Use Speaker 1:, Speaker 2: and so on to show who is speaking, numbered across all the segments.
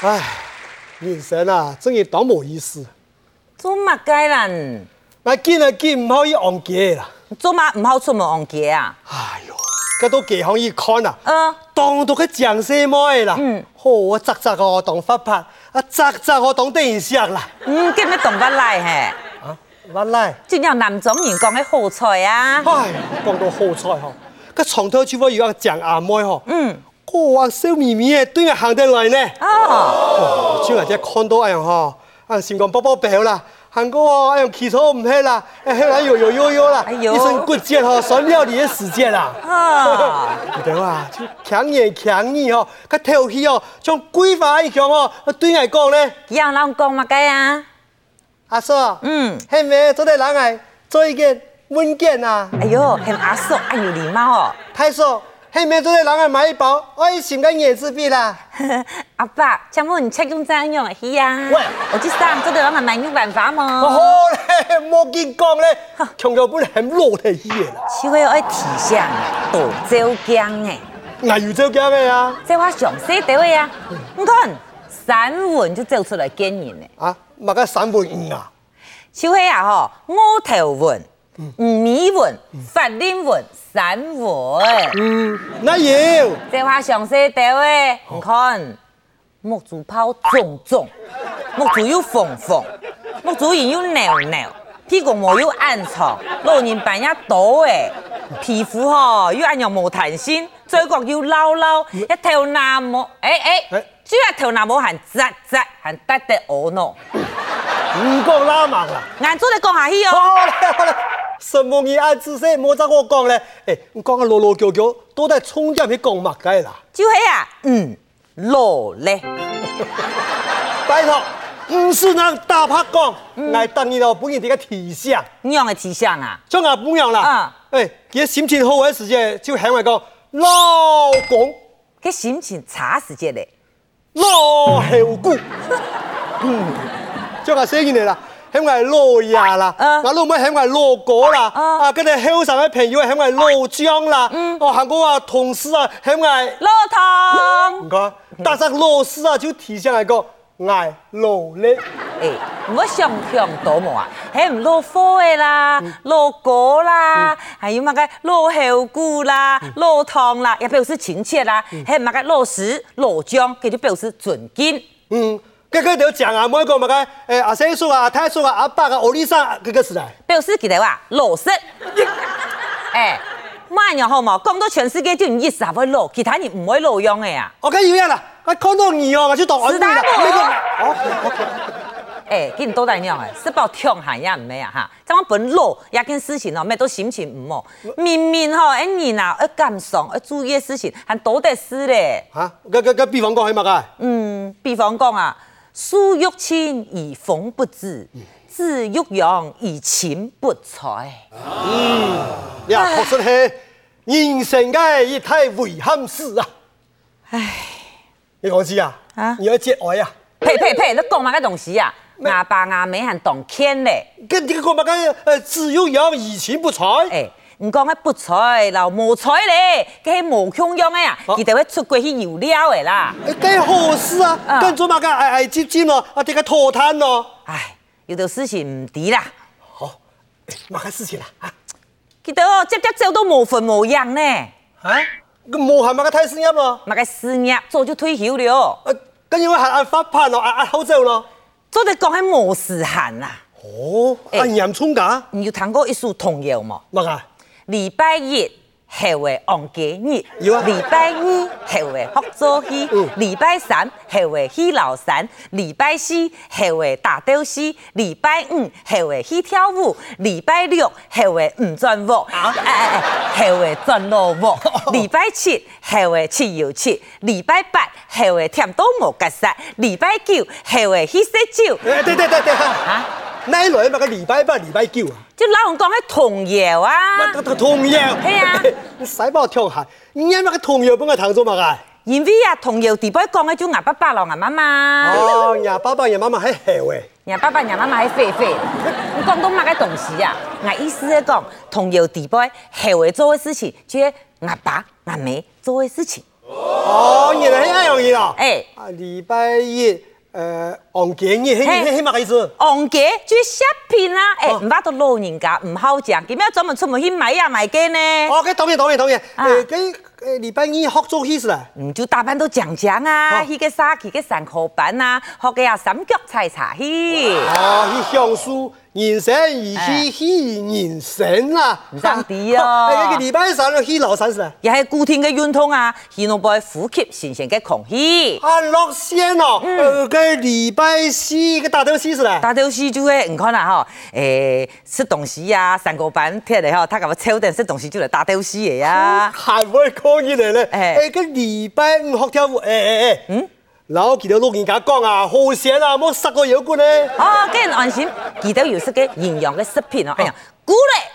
Speaker 1: 唉，人生啊，真係多冇意思。
Speaker 2: 做乜解人？
Speaker 1: 我見啊見唔可以戇嘅啦。
Speaker 2: 做乜唔好出门昂杰啊？
Speaker 1: 哎呦，佢都幾可以看啊！
Speaker 2: 嗯，
Speaker 1: 當到佢正西妹啦，好我扎扎我當發拍，啊扎扎我當電視啦。
Speaker 2: 嗯，今日懂不来嘿？
Speaker 1: 啊，我來，
Speaker 2: 真有南种人讲的好菜啊！
Speaker 1: 唉，講到好彩吼，佢床頭主要有個正阿妹吼，嗯，我話笑眯眯嘅對我行得來呢。
Speaker 2: 哦，
Speaker 1: 哦，主要只看到哎樣吼，啊先講包包表啦。韓國哦，哎樣起草唔起啦，哎起來搖搖悠悠啦，
Speaker 2: 哎呦
Speaker 1: 一身骨節吼，酸了你的時節啦。
Speaker 2: 哦，
Speaker 1: 对啊，就强言强语吼，佮透气哦，将规划一项哦，对我讲咧，
Speaker 2: 有人讲乜解啊？
Speaker 1: 阿叔，
Speaker 2: 嗯，
Speaker 1: 系咪做啲人来做一件文件啊？
Speaker 2: 哎呦，很阿叔，哎有礼貌 哦。
Speaker 1: 太叔，系咪做啲人来买一包哎爱心嘅椰子笔啦？
Speaker 2: 阿爸，请问你吃用怎样的鱼啊？
Speaker 1: 喂
Speaker 2: 我去上这个慢慢用办法
Speaker 1: 我好
Speaker 2: 么？
Speaker 1: 咧，冇见讲咧，强调本很落地去嘅啦，
Speaker 2: 只会爱提醒大照镜诶，
Speaker 1: 我有做假嘅啊？
Speaker 2: 这我详细地位啊。你看，散文就走出来见人诶。
Speaker 1: 啊，物个三分五啊，
Speaker 2: 小黑啊吼，五头文、五米文、法令文、散文，
Speaker 1: 嗯，那要
Speaker 2: 这话详细地位，你看，木竹炮重重，木竹又缝缝，木竹人又扭扭，屁股毛又暗长，老人板也多诶，皮肤吼又按样无弹性，嘴角又老老，一头那么，诶诶
Speaker 1: 哎，
Speaker 2: 主要头那么含扎扎，含得得乌喏，
Speaker 1: 唔讲拉忙啦。
Speaker 2: 眼珠你讲下去哦。
Speaker 1: 好嘞好嘞，什么你爱自说，莫再我讲嘞。哎，你讲个啰啰叫叫，都在冲入去讲乜嘅啦？
Speaker 2: 就系啊，嗯，老嘞，
Speaker 1: 拜托，唔是人打拍讲，我等你到本人这个提醒，
Speaker 2: 你样的气象啊，
Speaker 1: 像我不一样啦。哎，佢心情好嘅时间就喊我讲老公
Speaker 2: 佮心情差时节嘞，
Speaker 1: 老后姑，嗯，像我写进来啦。喊我老爷啦，
Speaker 2: 嗯
Speaker 1: 我老妹喊我老哥啦，
Speaker 2: 嗯
Speaker 1: 啊，跟你后生嘅朋友喊我老张啦，哦，韓國啊同事啊喊我
Speaker 2: 老汤
Speaker 1: 唔，該，但是老師啊就提醒我講，我努力。
Speaker 2: 哎、唔好上强多么啊，还唔老火的啦，老果啦，还有乜个老后菇啦，老汤啦，也表示亲切啦，还有乜个老师、老将，佮就表示尊敬。
Speaker 1: 嗯，佢佢就講啊，每一個咪講，誒阿細叔啊、阿太叔啊、阿伯啊、奧利桑啊，佢個時代。
Speaker 2: 表示佢哋話老實。哎、慢樣好冇，講到全世界就你一時會老，其他人唔會老啊樣嘅呀。
Speaker 1: 我梗要啦，我看到你哦，我就當我
Speaker 2: 是的我
Speaker 1: 個。OK OK。
Speaker 2: 哎，跟你都在样哎，是包痛喊也唔咩啊哈，怎么本老也件事情哦，咩都心情唔好，明明吼，哎你呐，哎感伤，哎注意的事情，还多得事嘞。
Speaker 1: 嚇，佢佢佢比方講係乜啊？
Speaker 2: 嗯，比方讲啊，树欲清而风不止，子欲养而亲不在。
Speaker 1: 你啊，確實係人生嘅一太遺憾事啊。唉，你講知啊
Speaker 2: 啊？
Speaker 1: 你要節哀啊？
Speaker 2: 呸呸呸，你讲乜嘅东西啊？牙爸牙尾还当天嘞。
Speaker 1: 跟呃你講乜嘅？誒，只有有以前不才。
Speaker 2: 诶，哎唔讲迄不彩，留无彩咧，计迄无穷样诶啊，
Speaker 1: 哦
Speaker 2: 伊就会出过去游了诶啦。
Speaker 1: 该好哎事啊
Speaker 2: 嗯，
Speaker 1: 跟做嘛个挨挨接接咯，啊这个拖摊咯。
Speaker 2: 唉，哎有条事情唔知啦，
Speaker 1: 好，哎嘛个事情啦？啊，
Speaker 2: 佢到哦，接接走都无分无样呢，
Speaker 1: 啊，个无限嘛个太事业咯，
Speaker 2: 嘛个事业早就退休了，
Speaker 1: 啊，跟因为还按发牌咯，按按好走咯。
Speaker 2: 做得讲迄无事闲啦。
Speaker 1: 哦，
Speaker 2: 哎
Speaker 1: 按洋葱噶，
Speaker 2: 你有听过一首童谣冇？
Speaker 1: 嘛啊个？
Speaker 2: 礼拜一后会忘记日，
Speaker 1: 有啊
Speaker 2: 礼拜二后会福州戏
Speaker 1: 嗯，
Speaker 2: 礼拜三后会去老山，礼拜四后会打斗戏，礼拜五后会去跳舞，礼拜六后会唔转舞，
Speaker 1: 啊
Speaker 2: 哎哎哎，后会转老舞， 礼拜七后会去游七，礼拜八后会甜到无结实，礼拜九后会去食酒，
Speaker 1: 哎，对对对对哈，
Speaker 2: 啊，
Speaker 1: 那一轮嘛个礼拜八、礼拜九啊，
Speaker 2: 就老人讲迄童谣啊
Speaker 1: 嘛。个同样。
Speaker 2: 嘿啊
Speaker 1: 你使我跳下，你按嘛个同样帮我弹做嘛个？
Speaker 2: 因為啊，童謠地方講嘅就牙爸爸咯，牙媽媽，
Speaker 1: 哦，呀爸爸呀媽媽喺後嘅，
Speaker 2: 牙爸爸、牙媽媽係肥肥。你講到乜嘅東西啊？我意思係講，童謠地方後會做嘅事情，就係牙爸、牙妹做嘅事情。
Speaker 1: 哦，原来是那样子啦。
Speaker 2: 哎
Speaker 1: 啊，礼拜一，呃，王建业，迄
Speaker 2: 嘿
Speaker 1: 迄迄嘛个意思？
Speaker 2: 王家去 shopping 啊，哎，
Speaker 1: 哦
Speaker 2: 唔巴都老人家唔好食，今日专门出门去买呀买嘅呢，
Speaker 1: 哦，佮当然当然当然，
Speaker 2: 啊
Speaker 1: 诶，佮诶礼拜一学做起事啦。
Speaker 2: 唔就打扮都讲讲啊，
Speaker 1: 哦
Speaker 2: 去个沙去个山口板啊，学个啊三脚踩茶去，
Speaker 1: 哦，去享受人生，以
Speaker 2: 哎
Speaker 1: 去去人生啦。
Speaker 2: 唔上地哦
Speaker 1: 哎，那个礼拜三就去老三是啦。
Speaker 2: 也系固定嘅运动啊，去弄杯呼吸新鲜嘅空气。
Speaker 1: 啊，落线哦，
Speaker 2: 嗯
Speaker 1: 呃，个礼拜四个大头四是啦。
Speaker 2: 打丢西就会，你看啦吼，诶、吃东西呀、三个板贴的吼，他搞要抽点吃东西就来打丢西的呀、
Speaker 1: 还不会可以的嘞。
Speaker 2: 哎
Speaker 1: 哎，个礼拜五学跳舞，哎哎哎，嗯，然后记得老人家讲啊，好险啊，莫杀个有棍嘞。
Speaker 2: 哦，跟人安心，记得有这个营养的食品哦，哎呀，鼓励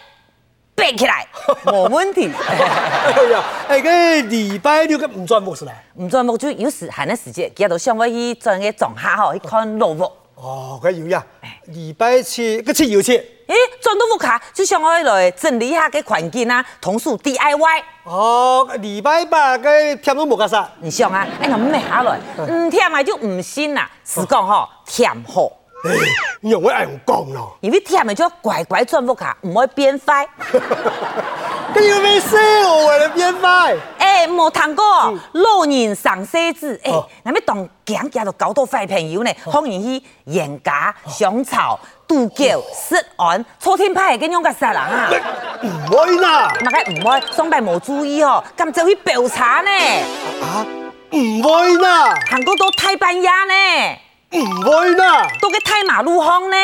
Speaker 2: 背起来，没问题。
Speaker 1: 哎呀，哎个礼拜六个唔转步是啦。
Speaker 2: 唔做木就有时闲的时间，记得想要去做个种下吼，去看萝卜。
Speaker 1: 哦，个有呀。礼拜七个七有七。
Speaker 2: 诶，转到木卡就想要来整理一下个环境啊，同属 DIY。
Speaker 1: 哦，礼拜八个跳舞冇干啥。
Speaker 2: 你想啊，哎呀，咩下来，唔甜啊就唔信啦，只讲吼甜好。
Speaker 1: 你用我爱用讲咯，
Speaker 2: 因为听咪就乖乖转不卡，唔会变坏。
Speaker 1: 跟你没事哦，我的变卖。
Speaker 2: 哎、冇通过老人上世子，哎、
Speaker 1: 哦
Speaker 2: 咱们当行行就交到坏朋友呢，放人去严家、香草、杜桥、石安、错天派嘅样个杀人啊！
Speaker 1: 唔会啦，
Speaker 2: 那个唔会，上摆冇注意哦，咁就去调查呢，
Speaker 1: 啊，唔会啦，
Speaker 2: 行过到太半夜呢，
Speaker 1: 唔会啦，
Speaker 2: 到去太马路巷呢，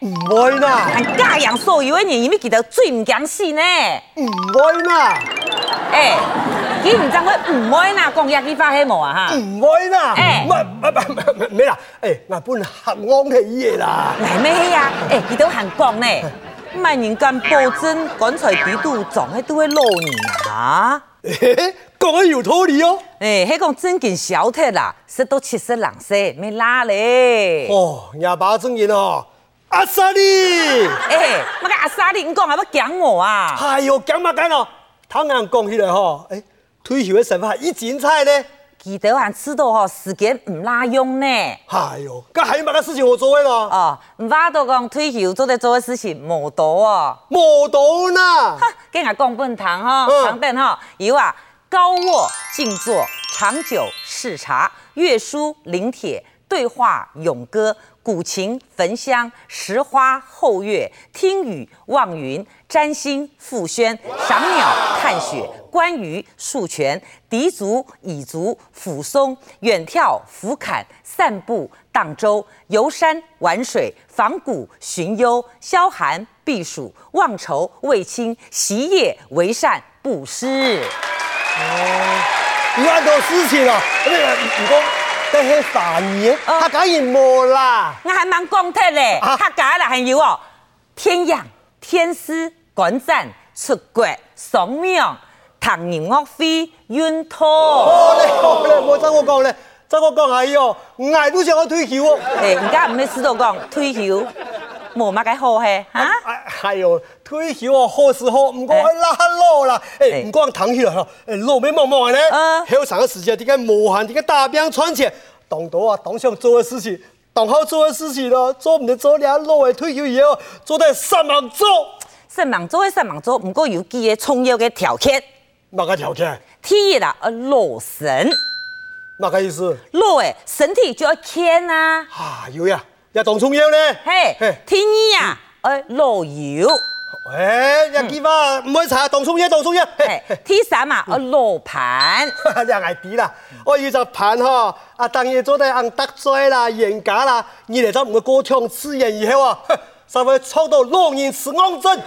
Speaker 1: 唔会啦，
Speaker 2: 俺家人所有嘅人，因为记得最唔敢死呢。
Speaker 1: 唔会啦，
Speaker 2: 哎、佢唔知我唔会呐，讲嘢去发黑毛啊哈。
Speaker 1: 唔会啦，
Speaker 2: 哎
Speaker 1: 唔唔唔唔咩啦，诶，我本黑安起嘢啦，
Speaker 2: 乃咩呀？哎、佢都行講呢，賣人間報真，趕才幾度撞喺都會老年啊！
Speaker 1: 嘿嘿讲得有道理哦，
Speaker 2: 哎、迄講真件小鐵啦，識到七十人識，咩拉咧？
Speaker 1: 哦，廿八真人哦，阿沙哩，
Speaker 2: 哎、乜個阿沙你唔講啊，要講我啊？
Speaker 1: 哎呦，讲乜讲哦，坦人讲起来吼，诶，退休的身份一剪彩呢，
Speaker 2: 佢都行知道啊吼，時間唔拉用呢。
Speaker 1: 哎呦，咁还有乜个事情我做位咯？
Speaker 2: 哦，唔巴都講退休做得做嘅事情冇到哦。
Speaker 1: 冇到啦。
Speaker 2: 哈， 跟俺讲本堂哦哈，
Speaker 1: 嗯
Speaker 2: 堂本哈，有啊，高卧静坐，长久视察，阅书临帖，对话咏歌，古琴焚香，石花后月，听雨望云，占星复轩，赏鸟看雪，观鱼数泉，敌足蚁足，抚松远眺俯瞰，散步荡舟，游山玩水，访古寻幽，消寒避暑，望愁卫青，习业为善，布施。
Speaker 1: 有很多事情哦，那个如果在那烦你，
Speaker 2: 啊
Speaker 1: 他当然冇啦。
Speaker 2: 我还蛮讲特嘞，
Speaker 1: 啊
Speaker 2: 客家啦还有哦，天养、天师、赶战、出国、赏命、唐人岳飞、运通。
Speaker 1: 好嘞好嘞，哦冇再我讲嘞，再我讲哎哟，挨都想我退休哦。
Speaker 2: 诶，人家唔咩事都讲退休，冇乜嘅好嘿，啊哈？
Speaker 1: 哎哎呦，退休哦好时候，唔讲
Speaker 2: 哎
Speaker 1: 拉老啦，
Speaker 2: 哎
Speaker 1: 哎唔讲躺起来哦，哎路咩茫茫的嘞
Speaker 2: 啊，
Speaker 1: 还有长的时间，点解无限点解大兵赚钱，当到啊当想做的事情，当好做的事情咯，做唔得做你啊老的退休以后，做在三万做，
Speaker 2: 三忙做诶，三忙做，唔过有几个重要嘅条件。
Speaker 1: 哪个条件？
Speaker 2: 第一啦，呃，老神，
Speaker 1: 哪个意思？
Speaker 2: 老诶，身体就要健啊。
Speaker 1: 啊，有呀，要当重要嘞。
Speaker 2: 嘿，第二呀，呃，老油。
Speaker 1: 哎，要记吧，唔好查，当重要，当重要。
Speaker 2: 嘿
Speaker 1: 嘿，，
Speaker 2: 第三嘛，呃，老盘。
Speaker 1: 你挨啲啦，我要就盘吼，啊，当然做得硬得罪啦，严格啦，你嚟就唔會過唱自然以後啊，哼稍微操到老人是安真，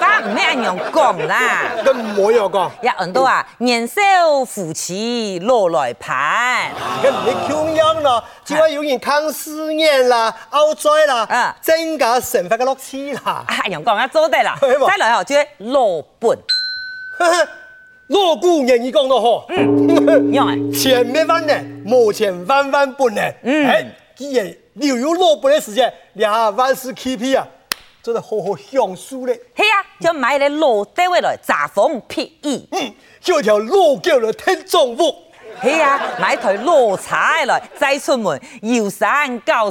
Speaker 2: 爸唔咩人讲啦，
Speaker 1: 咁唔會又講，
Speaker 2: 也很多啊，年少夫妻老来啊伴，
Speaker 1: 咁唔理中央啦，只要有人看思念啦、拗嘴啦
Speaker 2: 啊，
Speaker 1: 增加成分嘅樂趣啦，
Speaker 2: 啊，人讲啊做得啦
Speaker 1: 嘿，嘛
Speaker 2: 再来哦，就老本，
Speaker 1: 老古人已講到好。
Speaker 2: 样诶，
Speaker 1: 钱没翻呢，没钱翻翻本呢。嗯，哎，既然你有落本的时间，两万是 K P 啊，真的好好享受嘞。
Speaker 2: 嘿啊，就买个老单位来查封辟易，
Speaker 1: 嗯，有一条路叫了天中路，
Speaker 2: 系啊，买台绿茶的来，再出门游山搞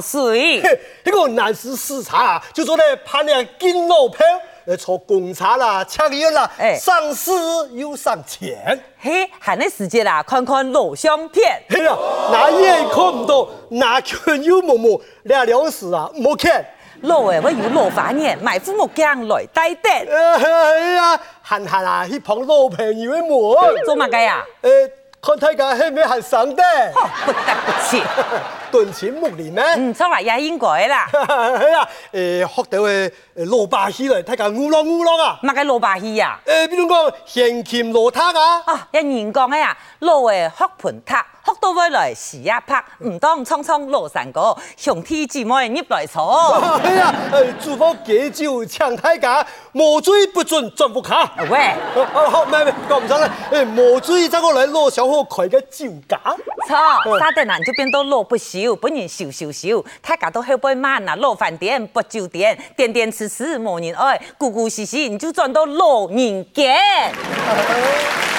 Speaker 2: 水。
Speaker 1: 嘿那个南市市场啊，就做咧攀那金路票，呃，坐公车啦、车油啦，
Speaker 2: 哎
Speaker 1: 上市又上钱。
Speaker 2: 嘿，闲的时间啦，看看录像片。
Speaker 1: 嘿呀，哪也看唔到，哪看又摸摸，俩两事啊，冇看。
Speaker 2: 老诶，我有老花眼，买副目镜来戴 戴。
Speaker 1: 哎呀，閒閒啊，去旁老朋友的門，
Speaker 2: 做乜嘅呀？
Speaker 1: 呃，看大家係咪係生的？
Speaker 2: 哦，不得不起。
Speaker 1: 蹲錢木里咩？
Speaker 2: 嗯，出嚟也應該啦。
Speaker 1: 哎呀，誒，學到嘅誒老把戲嚟，大家烏啷烏啷啊！
Speaker 2: 乜嘅老把戲呀？
Speaker 1: 誒，呃比如講弦琴羅塔啊，
Speaker 2: 啊，有人講嘅呀，老嘅學盤塔，學到未來時一拍，唔當匆匆老山歌，雄天姊妹入 來坐。
Speaker 1: 哎呀，誒，祝福幾招搶大家，無罪不准全部卡。
Speaker 2: 喂，
Speaker 1: 哦哦，好，咩咩，講唔上啦，呃誒，無罪再過來攞小可佢嘅酒架。
Speaker 2: 錯，沙地人就變到老不少，本人瘦瘦瘦，大家都後背慢啦，老飯店、不酒店，點點吃吃無人愛，咕咕嘻嘻，你就賺到老人家。
Speaker 1: 哎